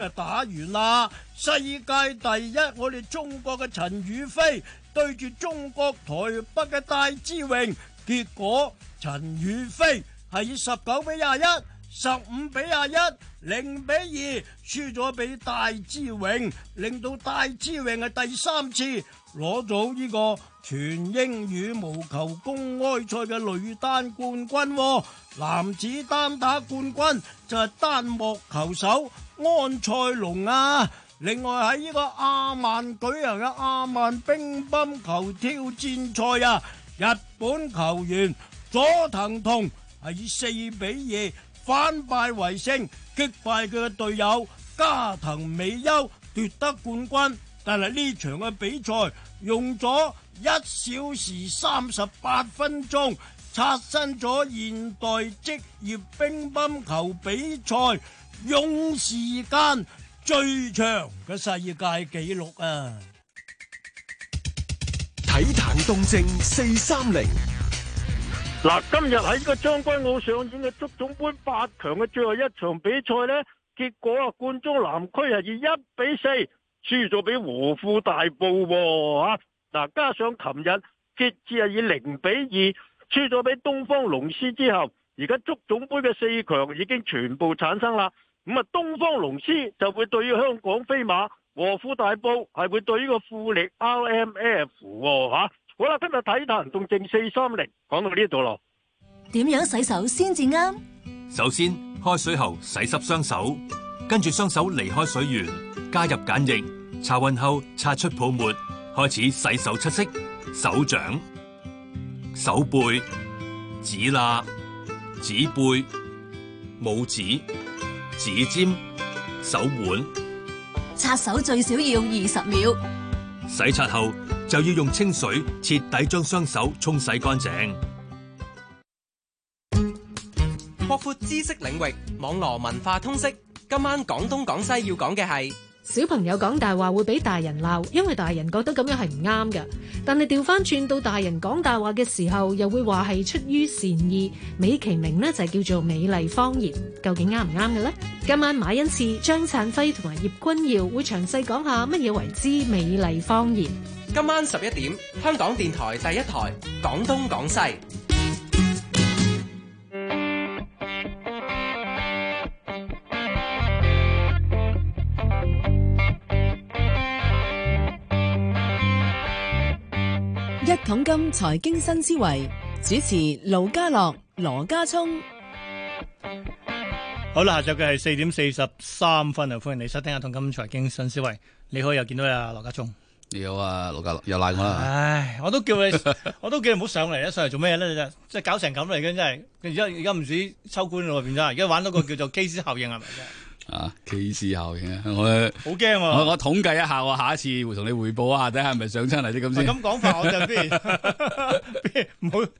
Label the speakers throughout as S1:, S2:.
S1: 誒打完啦！世界第一，我哋中國嘅陳雨菲對住中國台北嘅戴資穎，結果陳雨菲係以十九比廿一、十五比廿一、零比二輸咗俾戴資穎，令到戴資穎係第三次攞到呢個全英羽毛球公開賽嘅女單冠軍喎，男子單打冠軍就係丹麥球手安賽龍啊！另外喺呢個亞曼舉行嘅亞曼乒乓球挑戰賽啊，日本球員佐藤瞳係以四比二反敗為勝，擊敗佢嘅隊友加藤美優奪得冠軍。但係呢場嘅比賽用咗一小時三十八分鐘，刷新咗現代職業乒乓球比賽用時間最長嘅世界紀錄啊！
S2: 體壇動靜四三零，
S3: 嗱，今日喺呢個將軍澳上演嘅足總杯八強嘅最後一場比賽呢，結果啊，冠忠南區係以一比四輸咗俾和富大埔喎啊嚇。嗱，加上琴日傑志係啊以零比二輸咗俾東方龍獅之後，而家足總杯嘅四強已經全部產生啦。咁啊，東方龍獅就會對香港飛馬，和富大埔係會對呢個富力 RMF 喎嚇。好啦，今日體壇動靜四三零，講到呢度咯。
S4: 點樣洗手先至啱？
S5: 首先，開水喉洗濕雙手，跟住雙手離開水源，加入梘液，搽勻後擦出泡沫，開始洗手七式：手掌、手背、指罅、指背、拇指、指尖、手腕。
S4: 擦手最少要二十秒，
S5: 洗刷後就要用清水徹底將雙手沖洗乾淨。
S6: 擴闊知識領域，網羅文化通識。今晚廣東廣西要講嘅係
S7: 小朋友講大話會俾大人鬧，因為大人覺得咁樣係唔啱嘅。但係調翻轉到大人講大話嘅時候，又會話係出於善意，美其名呢就係叫做美麗謊言。究竟啱唔啱嘅呢？今晚馬恩賜、張燦輝同埋葉君耀會詳細講下乜嘢為之美麗謊言。
S6: 今晚十一點，香港電台第一台廣東廣西。
S8: 一桶金財經新思維主持盧家樂、羅家聰，
S9: 好啦，下晝嘅係四點四十三分啊！歡迎你收聽《一桶金財經新思維》。你好，又見到阿羅家聰。
S10: 你好啊，羅家樂又賴我啦。
S9: 唉，我都叫你，我都叫你唔好上嚟啦，上嚟做咩咧？即係搞成咁啦，已經真係。而家而家唔止秋官咯，變咗而家玩到個叫做基斯效應係咪真係？
S10: 啊，歧視效應啊！我
S9: 好驚喎！
S10: 我我統計一下，我下一次會同你匯報一啊下，睇下係咪上親嚟啲咁
S9: 喂
S10: 先。
S9: 咁講法我就不如 不如唔好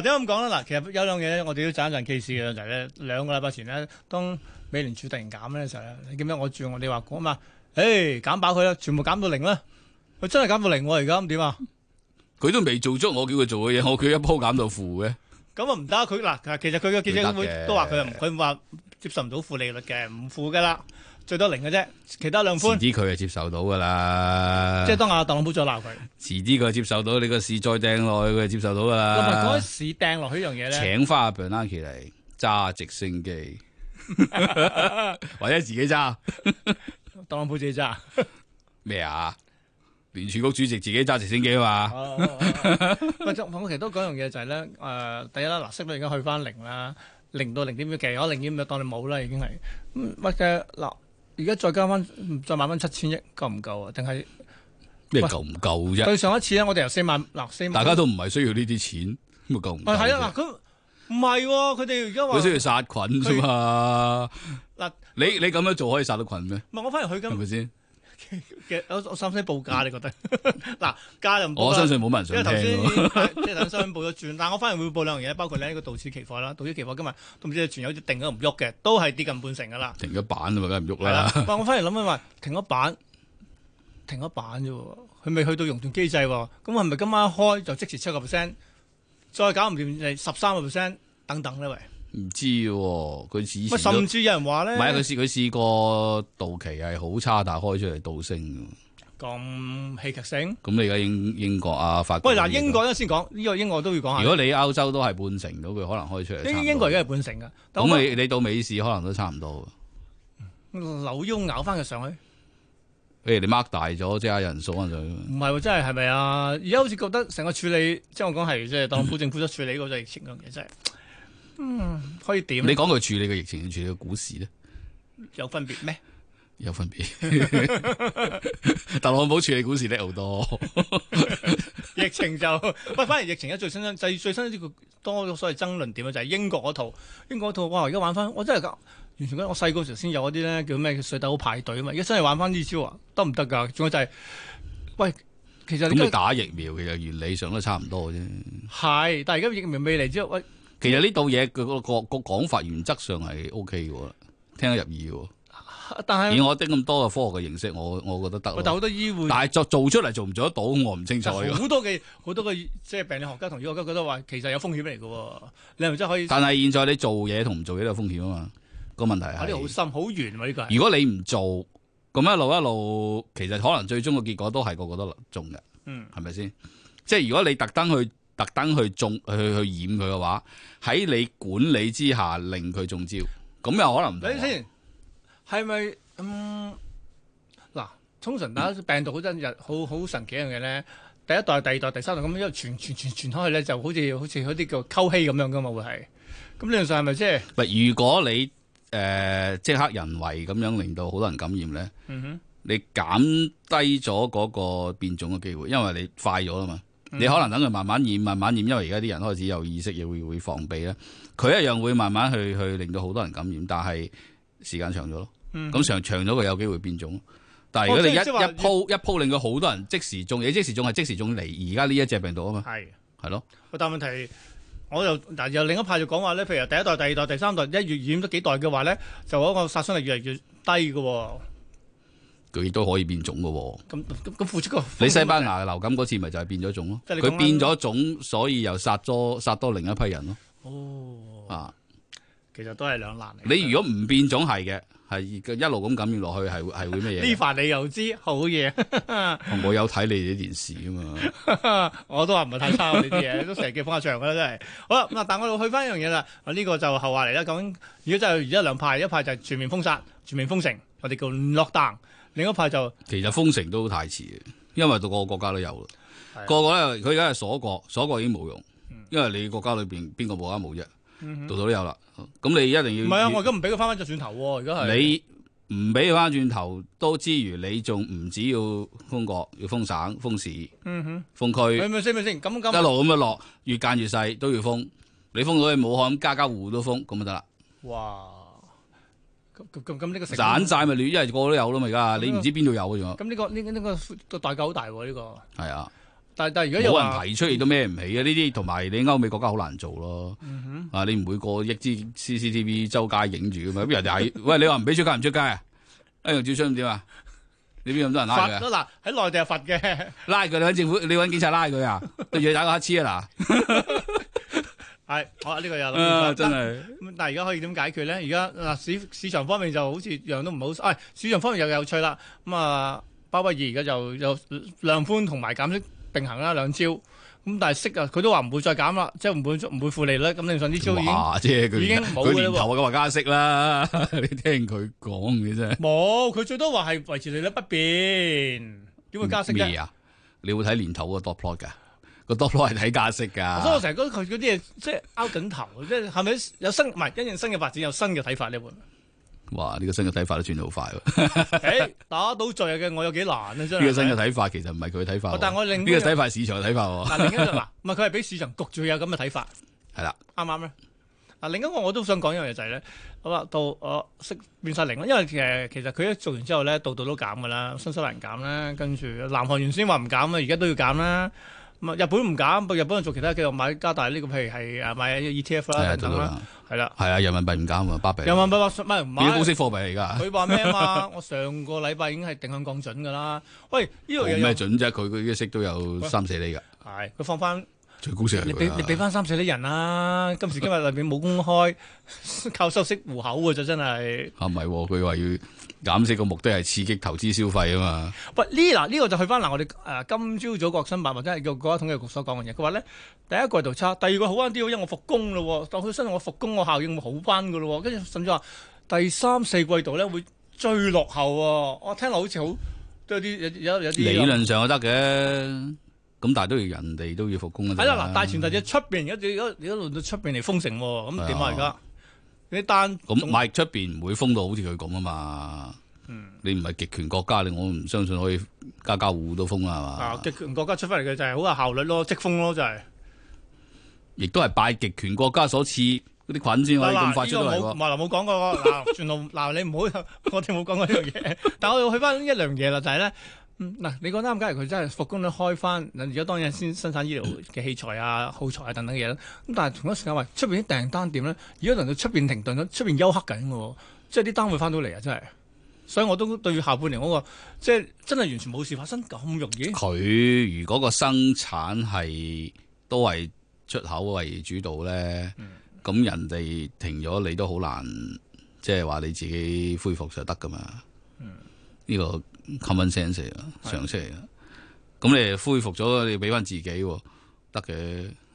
S9: 嗱，點解咁講咧？嗱，其實有兩嘢咧，我哋都賺一陣 case 嘅就係咧，兩個禮拜前咧，當美聯儲突然減咧嘅時候咧，你記唔記得我住我哋話講嘛？誒、減飽佢啦，全部減到零啦，佢真係減到零喎，而家咁點啊？
S10: 佢都未做足我叫佢做嘅嘢，我 叫佢一鋪減到負嘅。
S9: 咁啊唔得，佢嗱，其實佢嘅記者會都話佢唔，佢話接受唔到負利率嘅，唔負噶啦，最多零嘅啫，其他量寬
S10: 遲，啲佢係接受到噶啦。
S9: 即係當阿特朗普再鬧佢，
S10: 遲啲佢接受到，你個市再掟落去，佢就接受到噶
S9: 同埋啊嗰
S10: 啦
S9: 啲。市掟落去呢樣嘢咧，
S10: 請翻阿 Bernanke 嚟揸直升機， 或者自己揸
S9: 特朗普自己揸。
S10: 咩啊？聯儲局主席自己揸直升機啊 嘛。
S9: 哦哦哦喂，就我其實都講樣嘢就係咧，誒、第一啦，嗱，息率而家去翻零啦，零到零點幾，我零點五就當你冇啦，已經係咁乜嘅嗱，而家再加翻再買翻七千億夠唔夠啊？定係喂
S10: 咩夠唔夠啫？
S9: 對上一次咧，我哋由四萬嗱四萬，
S10: 大家都唔係需要呢啲錢，咁咪夠唔夠
S9: 喂
S10: 啫？
S9: 係啊嗱，佢唔係喎，佢哋而家話
S10: 佢需要殺菌啫嘛。
S9: 嗱，
S10: 你你咁樣做可以殺到菌咩？
S9: 唔係我反而佢
S10: 係咪
S9: 咁
S10: 先？
S9: 嘅，我我使唔使報價？你覺得 嗱價就唔報
S10: 我
S9: 啦
S10: 相信冇乜人
S9: 啊因為
S10: 想
S9: 頭先
S10: 聽
S9: 已
S10: 喎。
S9: 經即係等新聞報咗轉，但我反而會報兩樣嘢，包括呢個道指期貨啦，道指期貨今日都唔知全有隻定咗唔喐嘅，都係跌近半成噶啦。
S10: 停咗板啊嘛，梗係唔喐
S9: 係啦
S10: 啦。，
S9: 但我反而諗緊話停咗板，停咗板啫喎，佢未去到熔斷機制喎，咁係咪今晚一開就即時七個 percent，再搞唔掂係十三個 percent 等等咧？喂，
S10: 唔知喎，佢以前
S9: 乜
S10: 都
S9: 甚至有人話咧，
S10: 唔係啊佢試佢試過到期係好差，但係開出嚟倒升嘅。
S9: 咁戲劇性。
S10: 咁你而家英英國啊法國
S9: 喂，
S10: 啊
S9: 嗱，英國咧先講，呢個英國都要講下。
S10: 如果你歐洲都係半成到，佢可能開出嚟差唔多。
S9: 英英國而家係半成㗎，但我
S10: 咁你你到美市可能都差唔多。
S9: 扭腰咬翻佢上去，
S10: 譬如你 mark 大咗，即係人數可能就
S9: 唔係喎，真係係咪啊？而家好似覺得成個處理，即係我講係即係特朗普政府所處理嗰個疫情嗰樣嘢，真係嗯可以點
S10: 你講佢處理嘅疫情，要處理嘅股市咧
S9: 有分別咩？
S10: 有分 別。特朗普處理股市叻好多，
S9: 疫情就喂，反而疫情而家最新就係最新呢個多咗所謂爭論點啊，就係英國嗰套，英國嗰套哇！而家玩翻，我真係㗎完全覺得我細個時候先有嗰啲咧叫咩水痘排隊啊嘛，而家真係玩翻呢招啊，得唔得㗎？仲有就係、喂，其實
S10: 咁
S9: 你
S10: 你打疫苗其實原理上都差唔多啫。
S9: 係，但係而家疫苗未嚟之後，喂，
S10: 其實呢度嘢佢個個個講法原則上係 O K 嘅喎，聽得入耳嘅喎。
S9: 但
S10: 以
S9: 係
S10: 我啲咁多嘅科學嘅認識，我我覺得得
S9: 嗯喂但好
S10: 咯。
S9: 多醫護
S10: 但係做做出嚟做唔做得到，我唔清楚嘅。
S9: 好多嘅好多嘅即係病理學家同醫學家覺得話，其實有風險嚟嘅喎，你係咪真係可以？
S10: 但係現在你做嘢同唔做嘢都有風險啊嘛。個問題
S9: 啊呢個好
S10: 係，
S9: 深好遠喎，呢個係
S10: 如果你唔做，咁一路一路，其實可能最終嘅結果都係個個都中嘅，
S9: 嗯
S10: 係咪先？即係如果你特登去特登去中去去染佢嘅話，喺你管理之下令佢中招，咁又可能唔同
S9: 睇
S10: 喎。
S9: 先，係咪嗯嗱？通常打病毒嗰陣日，好好神奇一樣嘢咧。第一代、第二代、第三代咁樣一路傳傳傳傳開去咧，就好似好似嗰啲叫溝稀咁樣噶嘛，會係。咁理論上係咪即係？
S10: 喂，如果你誒、呃即刻人為咁樣令到好多人感染咧，
S9: 嗯哼，
S10: 你減低咗嗰個變種嘅機會，因為你快咗啦嘛。
S9: 嗯
S10: 你可能等佢慢慢染，慢慢染，因為而家啲人開始有意識，亦會會防備咧。佢一樣會慢慢去去令到好多人感染，但係時間長咗咯。
S9: 嗯
S10: 咁長長咗，佢有機會變種。但係如果你一、
S9: 哦即係
S10: 一鋪一鋪令到好多人即時中，你即時中係即時中嚟而家呢一隻病毒啊嘛，
S9: 係。
S10: 係咯。
S9: 但問題，我又嗱又另一派就講話咧，譬如第一代、第二代、第三代，一越染咗幾代嘅話咧，就嗰個殺傷力越嚟越低嘅喎。
S10: 佢亦都可以變種嘅喎。
S9: 咁咁咁付出個
S10: 你西班牙流感嗰次咪就係變咗種咯，
S9: 即係你
S10: 佢
S9: 講緊
S10: 變咗種，所以又殺多殺多另一批人咯。
S9: 哦，
S10: 啊，
S9: 其實都係兩難嚟。
S10: 你如果唔變種係嘅，係一路咁感染落去係會係會咩
S9: 呢
S10: 嘢
S9: 份你又知好嘢。
S10: 嘅？我有睇你哋呢件事 啊嘛，
S9: 我都話唔係太差喎呢啲嘢， 都成日叫風下場㗎啦，真係。好啦，咁啊，但我哋去翻一樣嘢啦，啊呢個就後話嚟啦。究竟如果真係而家兩派，一派就係全面封殺、全面封城，我哋叫 lockdown；另一派就
S10: 其實封城都太遲嘅，因為到個個國家都有
S9: 係啊嗯
S10: 啦。個個咧，佢而家係鎖國，鎖國已經冇用，因為你國家裏邊邊個冇啊家冇啫，度度都有啦。咁嗯你一
S9: 唔
S10: 定
S9: 係啊！我而
S10: 要
S9: 家唔俾佢翻返隻轉頭喎，而家係
S10: 你唔俾翻轉頭都之餘，你仲唔只要封國，要封省、封市、
S9: 嗯哼，
S10: 封區。
S9: 咪咪先咪先，咁
S10: 一
S9: 咁
S10: 路咁樣落，越間越細都要封。你封到去武漢，家家户户都封，咁咪得啦。
S9: 哇！咁咁咁咁呢個成
S10: 散晒咪亂，因為個個都有啦嘛。而
S9: 嗯
S10: 家你唔知邊度有嘅仲
S9: 咁呢個呢個呢個個代價好大喎呢個。
S10: 有，係啊。
S9: 但但係而家又
S10: 冇人
S9: 話
S10: 提出，亦都孭唔起啊！呢啲同埋你歐美國家好難做咯。
S9: 嗯
S10: 啊，你唔會過億支 CCTV 周街影住噶嘛？咁人哋係喂，你話唔俾出街唔出街啊？阿楊照昌點啊？你邊有咁多人拉
S9: 罰
S10: 佢啊？
S9: 啦嗱，喺內地係罰嘅。
S10: 拉佢，你揾政府，你揾警察拉佢啊？對住佢打個乞嗤啊
S9: 係，好啊！呢個又諗
S10: 嗱！
S9: 住
S10: 啊
S9: 法
S10: 真
S9: 得
S10: 係。
S9: 咁但係而家可以點解決咧？而家嗱市市場方面就好似樣都唔好，唉、市場方面又有趣啦。咁、啊，鮑威爾而家就有量寬同埋減息並行啦，兩招。咁但係息啊，佢都話唔會再減啦，即係唔會唔會負利率。咁你上呢招已經
S10: 哇！即係佢
S9: 已經冇
S10: 佢
S9: 㗎啦
S10: 年
S9: 喎
S10: 頭啊，佢話加息啦。 你聽佢講嘅啫。
S9: 冇，佢最多話係維持利率不變，點會加息
S10: 咩
S9: 啫？
S10: 啊？你會睇年頭個 dot plot 噶，個 dot plot 係睇加息噶。
S9: 所以我成日覺得佢嗰啲嘢即係拗緊頭，即係係咪有新唔係因應新嘅發展有新嘅睇法呢？會唔 會
S10: 哇！呢、個新嘅睇法都轉得好快喎。
S9: 誒打到罪嘅我有幾難啊！真係
S10: 呢個新嘅睇法其實唔係佢嘅睇法喎
S9: 哦，但我另
S10: 呢個睇法係市場嘅睇法喎。
S9: 但另一個嗱，唔係佢係俾市場焗住有咁嘅睇法，
S10: 係啦，
S9: 啱唔啱咧？嗱，另一個我都想講一樣嘢就係、咧，好啦，到我識變晒零啦，因為其實其實佢一做完之後咧，度度都減噶啦，新西蘭減啦，跟住呃南韓原先話唔減啊，而家都要減啦。咁啊，日本唔減，不過日本做其他繼續買加大呢、個，譬如係誒買 ETF
S10: 係
S9: 啦
S10: 啊，
S9: 等
S10: 做
S9: 等
S10: 到
S9: 啦，
S10: 啦。
S9: 係啦。
S10: 係啊，人民幣唔減啊，巴比。
S9: 有冇辦法買唔買
S10: 變咗？高息貨幣嚟㗎。
S9: 佢話咩啊嘛？我上個禮拜已經係定向降準噶啦。喂，呢度又
S10: 冇
S9: 有
S10: 咩準啫？佢佢嘅息都有三四厘㗎。
S9: 係佢放翻
S10: 最高息係
S9: 你
S10: 佢
S9: 俾
S10: 啦
S9: 你俾翻三四啲人啦，今時今日裏邊冇公開，靠收息糊口嘅就真係。
S10: 啊，唔係喎，佢話要減息個目的係刺激投資消費啊嘛。
S9: 喂，呢嗱呢個就去翻嗱我哋誒、呃今朝早國新辦或者係叫國家統計局所講嘅嘢，佢話咧第一季度差，第二個好翻啲喎，因為我復工咯喎，當佢身上我復工，我效應會好翻嘅咯喎，跟住甚至話第三四季度咧會追落後喎、我聽落好似好都有啲有有有啲
S10: 理論啊上就得嘅，咁但係都要人哋都要復工啊。
S9: 係啦，嗱，大前提就出邊，而家而家而家輪到出邊嚟封城喎，咁點啊而家？你單
S10: 咁買出邊唔會封到好似佢咁啊嘛。
S9: 嗯
S10: 你唔係極權國家，你我唔相信可以家家戶戶都封啦，係嘛？
S9: 啊極權國家出翻嚟嘅就係好有效率咯，即封咯就係。
S10: 亦都係拜極權國家所賜嗰啲菌先可以咁快出到嚟
S9: 嗱呢個冇
S10: 喎。
S9: 嗱冇講過 喎嗱，全路嗱你唔好， 我哋冇講過呢樣嘢。但我要去翻一樣嘢啦，就係咧，嗯嗱你講得啱，假如佢真係復工咧開翻，嗱而家當然先生產醫療嘅器材啊、耗材啊等等嘅嘢啦。咁但係同一時間話出邊啲訂單點咧？而家輪到出邊停頓咗，出邊休克緊嘅喎，即係啲單會翻到嚟啊，真係。所以我都對下半年嗰、個即係真係完全冇事發生咁容 易。
S10: 佢如果個生產係都係出口為主導咧，
S9: 嗯
S10: 咁、人哋停咗，你都好難，即係話你自己恢復就得噶嘛。
S9: 嗯
S10: 呢、個 common sense 嚟㗎常識嚟㗎。咁你恢復咗，你俾翻自己喎，得嘅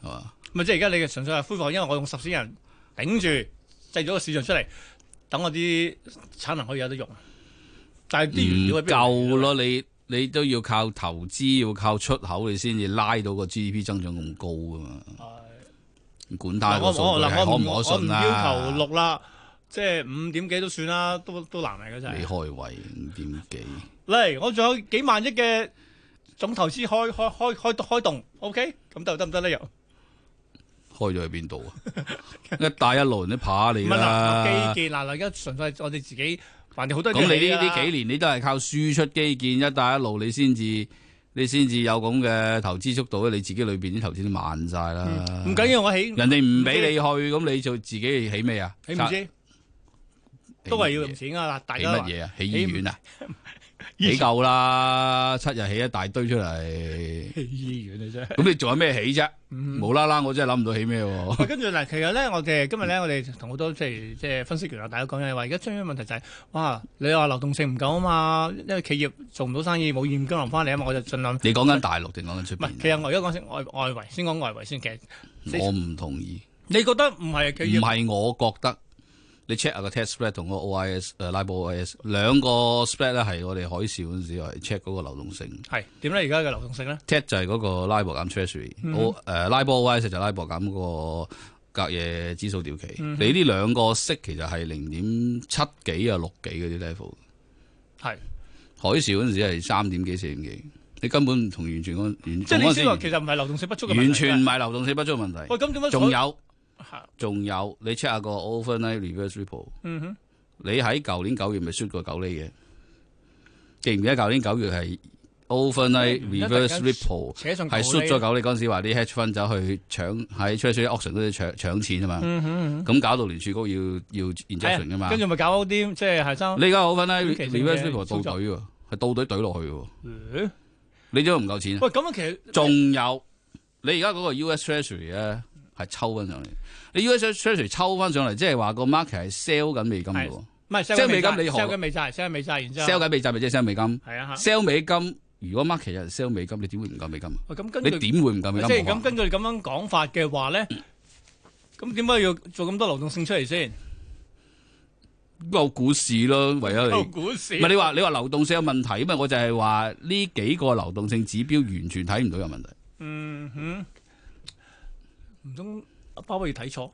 S10: 係嘛？
S9: 咪即係而家你嘅純粹係恢復，因為我用十四人頂住製咗個市場出嚟，等我啲產能可以有得用。但係啲原料
S10: 唔
S9: 喺邊度嚟？
S10: 嗯夠咯，你你都要靠投資，要靠出口，你先至拉到個 GDP 增長咁高噶嘛。管他
S9: 嗱
S10: 啊個
S9: 我
S10: 數
S9: 我
S10: 據
S9: 嗱
S10: 係可
S9: 我唔
S10: 唔可
S9: 我唔
S10: 信啊
S9: 要求
S10: 啦？
S9: 六啦，即係五點幾都算啦，都都難嚟嘅真
S10: 你
S9: 係。
S10: 開胃五點 幾？
S9: 嚟，我仲有幾萬億嘅總投資開開開開開動，OK，咁就得唔得咧？又唔
S10: 開咗去邊度啊？一帶一路人都怕你
S9: 係
S10: 啦
S9: 嗱，。基建啊嗱嗱，而家純粹係我哋自己，還掂好多啊嘢
S10: 咁你呢
S9: 㗎啦
S10: 呢幾年你都係靠輸出基建一帶一路，你先至你先至有咁嘅投資速度咧。你自己裏邊啲投資都慢晒啦。
S9: 嗯唔緊要，我起
S10: 人哋唔俾你去，咁你就自己起咩啊？
S9: 起唔知，都係要用錢啊！嗱，大
S10: 起
S9: 家
S10: 乜
S9: 話
S10: 嘢啊？起醫院啊？
S9: 醫
S10: 起夠啦，七日起一大堆出嚟，
S9: 起醫院啊真係。
S10: 咁你仲有咩起啫？
S9: 嗯
S10: 無啦啦，我真係諗唔到起咩喎。
S9: 喂，跟住嗱，其實咧，我哋今日咧，我哋同好多即係即係分析員啊，大家講嘢話，而家最緊要問題就係、哇，你話流動性唔夠啊嘛，因為企業做唔到生意，冇現金流翻嚟啊嘛，我就盡量。
S10: 你講緊大陸定講緊出
S9: 唔係，
S10: 邊？啊
S9: 其實我而家講先外外圍，先講外圍先。其實
S10: 我唔同意，
S9: 你覺得唔係企業
S10: 唔係我覺得。你 check 下個 test spread 同個 OIS 誒 LIBOR OIS 兩個 spread 咧係我哋海嘯嗰陣時係 check 嗰個流動性
S9: 係點咧？而家嘅流動性咧，
S10: ，test 就係嗰個 LIBOR 減 treasury，呃
S9: 嗯
S10: 我誒 LIBOR OIS 就 LIBOR 減個隔夜指數調期。
S9: 嗯
S10: 你呢兩個息其實係零點七幾啊六幾嗰啲 level。
S9: 係
S10: 海嘯嗰陣時係三點幾四點幾，你根本唔同完全嗰完
S9: 即係
S10: 同
S9: 你
S10: 嗰陣
S9: 先
S10: 時
S9: 話其實唔係流動性不足嘅問題。
S10: 完全唔係流動性不足嘅問題。
S9: 喂，咁點解
S10: 仲有
S9: 嚇
S10: 仲有，你 check 下個 overnight reverse repo，
S9: 嗯哼
S10: 你喺舊年九月咪輸過九厘嘅，記唔記得舊年九月係 overnight
S9: 唔得突然
S10: reverse
S9: 嗯間
S10: repo
S9: 扯上九
S10: 係
S9: 厘
S10: shoot 咗九厘嗰陣時，話啲 hedge fund 走去搶喺 treasury auction 嗰度搶搶錢啊嘛，
S9: 嗯哼嗯
S10: 咁搞到聯儲局要要 injection 噶
S9: 哼，
S10: 嘛。
S9: 跟住咪搞啲即係係生
S10: 你而家好分咧
S9: 短期性嘅
S10: ，reverse repo
S9: 操
S10: 倒
S9: 作
S10: 隊喎，係倒隊隊落去嘅喎，
S9: 咦
S10: 你都唔夠錢啊。
S9: 喂，咁啊其實
S10: 仲有你而家嗰個 US Treasury 咧係抽翻上嚟，你 US Treasury 抽翻上嚟，即係話個 market 係 sell 緊美金嘅喎
S9: 唔係
S10: 即
S9: sell 緊
S10: 係美
S9: 美
S10: 金
S9: 金，
S10: 你何
S9: sell 緊美債，sell 緊美債，然之後
S10: ，sell 緊美債咪即係 sell 美金
S9: 係啊嚇
S10: ，sell 美金如果 market 有人 sell 美金，你點會唔夠美金啊？
S9: 喂咁跟
S10: 你
S9: 住
S10: 點會唔夠美
S9: 即係
S10: 金？冇
S9: 咁
S10: 可啊能
S9: 根據你咁樣講法嘅話咧，咁點解要做咁多流動性出嚟先？
S10: 有股市咯，唯有
S9: 有
S10: 你。
S9: 股市
S10: 唔係你話你話流動性有問題，因為我就係話呢幾個流動性指標完全睇唔到有問題。
S9: 嗯哼，唔通包威要睇錯？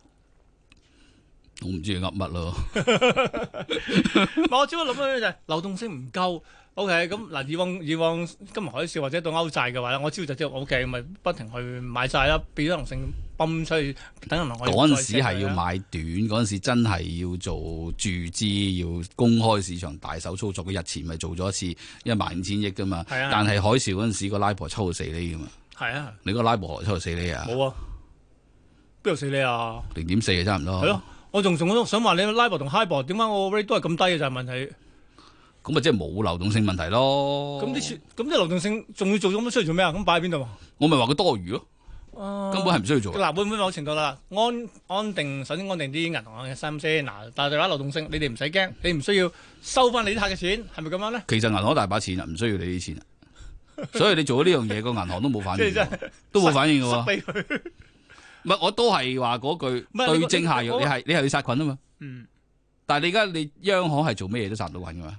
S10: 我唔知佢噏乜咯。
S9: 唔係我只不過諗緊就係流動性唔夠。OK，咁嗱，以往以往金融海嘯或者到歐債嘅話咧，我知道就知道 OK，咪不停去買債啦，俾咗流動性泵出去，等銀行可以
S10: 嗰陣
S9: 再
S10: 時
S9: 借佢
S10: 係
S9: 啊
S10: 要
S9: 啦
S10: 買短，嗰陣時真係要做注資，要公開市場大手操作。佢日前咪做咗一次一萬五千億噶嘛，
S9: 係啊
S10: 但係海嘯嗰陣時個拉布係抽到四厘噶嘛，
S9: 係啊，
S10: 你個拉布何抽到四厘啊？
S9: 冇啊，邊度死你啊？
S10: 零點四嘅差唔多。
S9: 係咯，我仲仲想話你拉博同 high 博點解我 rate 都係咁低嘅就係問題。
S10: 咁咪即係冇流動性問題咯。
S9: 咁啲錢咁啲流動性仲要做咁多出嚟做咩啊？咁擺喺邊度啊？
S10: 我咪話佢多餘咯。根本係唔需要做嘅。
S9: 啊
S10: 啊
S9: 嗱，會唔會某程度啦？安安定，首先安定啲銀行嘅心先。嗱，但係大家流動性，你哋唔使驚，你唔需要收翻你啲客嘅錢，係咪咁樣咧？
S10: 其實銀行大把錢啊，唔需要你啲錢啊。所以你做咗呢樣嘢，個銀行都冇反應
S9: 即係 真
S10: 㗎
S9: 係
S10: 喎，都冇反應嘅
S9: 塞
S10: 喎。
S9: 俾佢。
S10: 唔係，我都係話嗰句
S9: 係你個
S10: 對症下藥，
S9: 你
S10: 你
S9: 個
S10: 係你係要殺菌啊嘛。
S9: 嗯，
S10: 但係你而家你央行係做咩嘢都殺到菌㗎嘛？呢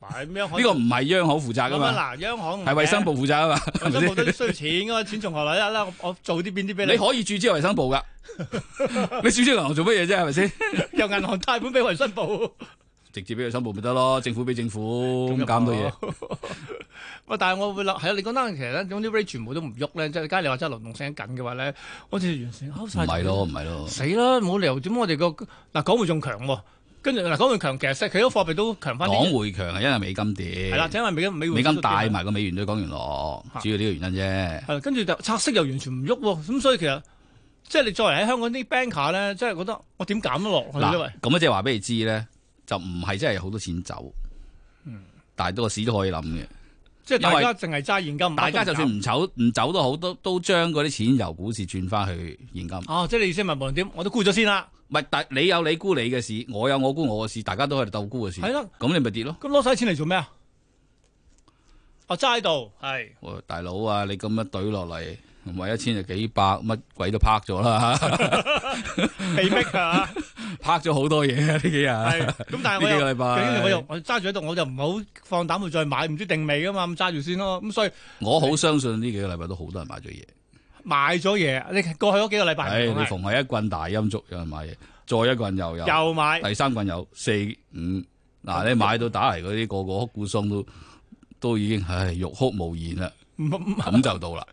S9: 嗱，央行
S10: 個唔係央行負責㗎
S9: 咁
S10: 嘛，
S9: 啊，嗱，央行
S10: 係衞生部負責啊嘛，
S9: 衞
S10: 係咪
S9: 生部
S10: 先？
S9: 都需要錢㗎嘛，錢從何來啦？我我做啲邊啲俾你？
S10: 你可以注資衞 生部㗎，你注資銀行做乜嘢啫？係咪先？
S9: 由銀行貸款俾衞生部。
S10: 直接俾衞生部咪得咯，政府俾政府
S9: 咁
S10: 咁
S9: 又
S10: 減到嘢。
S9: 喂，但係我會諗，係啊，你講得啱其實咧，總之 rate 全部都唔喐咧，即係假如你話真係流動性緊嘅話咧，好似完全拋晒。
S10: 唔係咯，唔係咯。
S9: 死啦！冇理由點我哋個嗱港匯仲強喎，跟住嗱港匯強，其實佢啲貨幣都強翻
S10: 港
S9: 啲。
S10: 匯強係因為美金跌，
S9: 係啦，就因為美金美匯
S10: 美
S9: 指
S10: 金
S9: 數跌啦
S10: 帶埋個美元對港元落
S9: 嚇，
S10: 主要呢個原因啫。
S9: 係啦，跟住就拆息又完全唔喐喎，咁所以其實即係你作為喺香港啲 banker 咧，真係覺得我點減得落去因
S10: 嗱
S9: 為，
S10: 咁啊，即係話俾你知咧，就唔係真係有好多錢走，
S9: 嗯
S10: 但係都個市都可以諗嘅。
S9: 即係大
S10: 因
S9: 家
S10: 為
S9: 淨係揸現金，
S10: 大家
S9: 乜都
S10: 就
S9: 唔減
S10: 算唔走唔走都好，都都將嗰啲錢由股市轉翻去現金。
S9: 哦，即係你意思係無論點我都沽咗先啦，
S10: 唔係，但你有你沽你嘅市，我有我沽我嘅市，大家都喺度鬥沽嘅市。
S9: 係啦，
S10: 咁你咪跌咯。
S9: 咁攞晒錢嚟做咩啊？哦，揸喺度係。
S10: 喂大佬啊，你咁樣懟落嚟，唔係一千就幾百，乜鬼都拍咗 啦，
S9: 被逼啊！
S10: 拍咗好多嘢啊！呢幾日
S9: 係咁，但係我
S10: 呢幾
S9: 又，
S10: 個禮拜
S9: 跟住我又我揸住喺度，我就唔好放膽去再買，唔知定未噶嘛，咁揸住先咯。咁所以
S10: 我好相信呢幾個禮拜都好多人買咗嘢。
S9: 買咗嘢，你過去嗰幾個禮拜
S10: 唉，
S9: 唔同啊
S10: 你逢係一棍大陰燭，有人買嘢，再一棍又有，
S9: 又買，
S10: 第三棍有四五。嗱，你買到打嚟嗰啲，個個哭股桑都都已經唉欲哭無言啦，
S9: 唔唔
S10: 咁就到啦，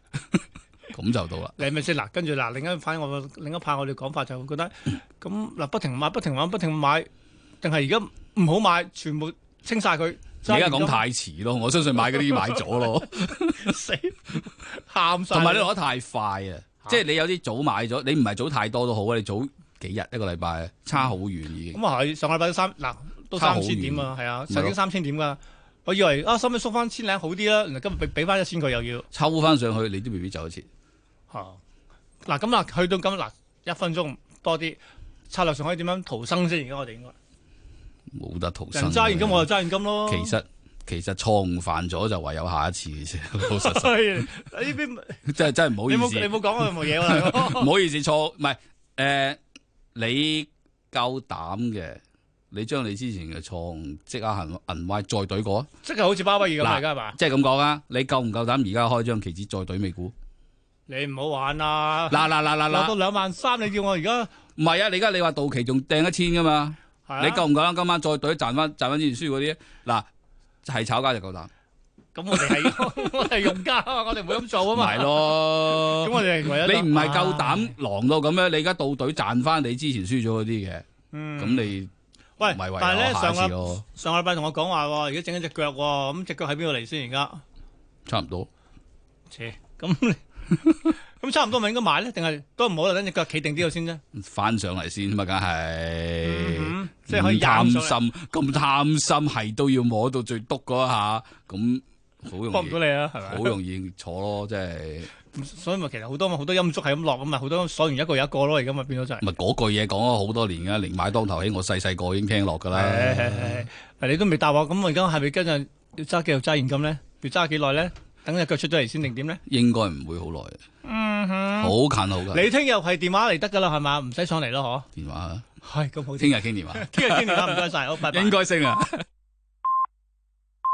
S10: 咁就到啦。
S9: 你咪先嗱，跟住嗱，另一派我另一派我哋講法就會覺得，咁嗱不停買，不停買，不停買，定係而家唔好買，全部清晒佢。
S10: 而家講太遲咯，我相信買嗰啲買 咗咯，
S9: 死，喊晒。
S10: 同埋你攞得太快啊！即係你有啲早買咗，你唔係早太多都好啊，你早幾日一個禮拜差好遠已經。
S9: 咁啊係，上個禮拜都三嗱都
S10: 差好
S9: 三千點啊，係啊，
S10: 咪
S9: 曾經
S10: 咯
S9: 三千點噶，我以為啊，收尾縮翻千零好啲啦，原來今日俾俾翻一千佢又要。
S10: 抽翻上去，你都未必走一次。
S9: 嚇！嗱咁嗱，去到咁嗱，一分鐘多啲策略上可以點樣逃生先？而家我哋應該
S10: 冇得逃生。
S9: 人揸現金，我就揸現金咯。
S10: 其實其實錯誤犯咗就唯有下一次嘅啫，老實實，
S9: 係呢邊
S10: 真係真係唔好
S9: 你
S10: 意
S9: 冇你
S10: 思，
S9: 冇講我冇嘢 喎大
S10: 唔
S9: 佬。
S10: 好意思錯，唔係誒，你夠膽嘅，你將你之前嘅錯誤即刻行銀歪再懟過啊，
S9: 即係好似巴威爾咁
S10: 嗱
S9: 而家係嘛？
S10: 即係咁講啊，你夠唔夠膽而家開張期指再懟 美股？
S9: 你唔好玩啦！
S10: 嗱嗱嗱
S9: 落
S10: 嗱
S9: 到
S10: 嗱，
S9: 兩萬三，你叫我而家
S10: 唔係啊，你而家你話到期仲掟一千噶嘛？
S9: 係啊
S10: 你夠唔夠膽今晚再懟賺翻賺翻之前輸嗰啲？嗱，係炒家就夠膽，
S9: 咁我哋係 我哋係用家啊嘛，我哋唔會咁做啊嘛。
S10: 咪。咯
S9: 咁。我哋係唯一
S10: 你唔係夠膽狼到咁樣，你而家倒隊賺翻你之前輸咗嗰啲嘅，
S9: 嗯
S10: 咁你
S9: 喂，
S10: 咪唯
S9: 但係咧
S10: 有下
S9: 上
S10: 一次
S9: 個
S10: 咯，
S9: 上個禮拜同我講話喎，而家整緊只腳喎，咁只腳喺邊度嚟先而家？
S10: 差唔多。
S9: 切，咁你咁差唔多咪應該買咧？定係都唔好啦，等只腳企定啲度先啫。
S10: 翻上嚟先嘛，梗係
S9: 嗯即係可以
S10: 咁貪
S9: 咬上
S10: 心，咁貪心係都要摸到最篤嗰一下，咁好容
S9: 幫唔
S10: 易
S9: 到，你啊，係咪？
S10: 好容易坐咯，即係
S9: 所以咪其實好多好多音足係咁落咁咪好多鎖完一個又一個咯，而家咪變咗就係、
S10: 咪嗰句嘢講咗好多年噶，寧買當頭起，我細細個已經聽落噶啦。
S9: 係係係係你都未答我，咁我而家係咪跟住要揸繼續揸現金咧？要揸幾耐咧？等只腳出咗嚟先定點咧？
S10: 應該唔會好耐，好近好近。
S9: 你聽日係電話嚟得㗎啦，係嘛？唔使上嚟咯，
S10: 電話啊，
S9: 嗬。係咁好先
S10: 聽日傾電話，
S9: 聽日傾電話，唔該晒，好，拜拜
S10: 應。該升啊。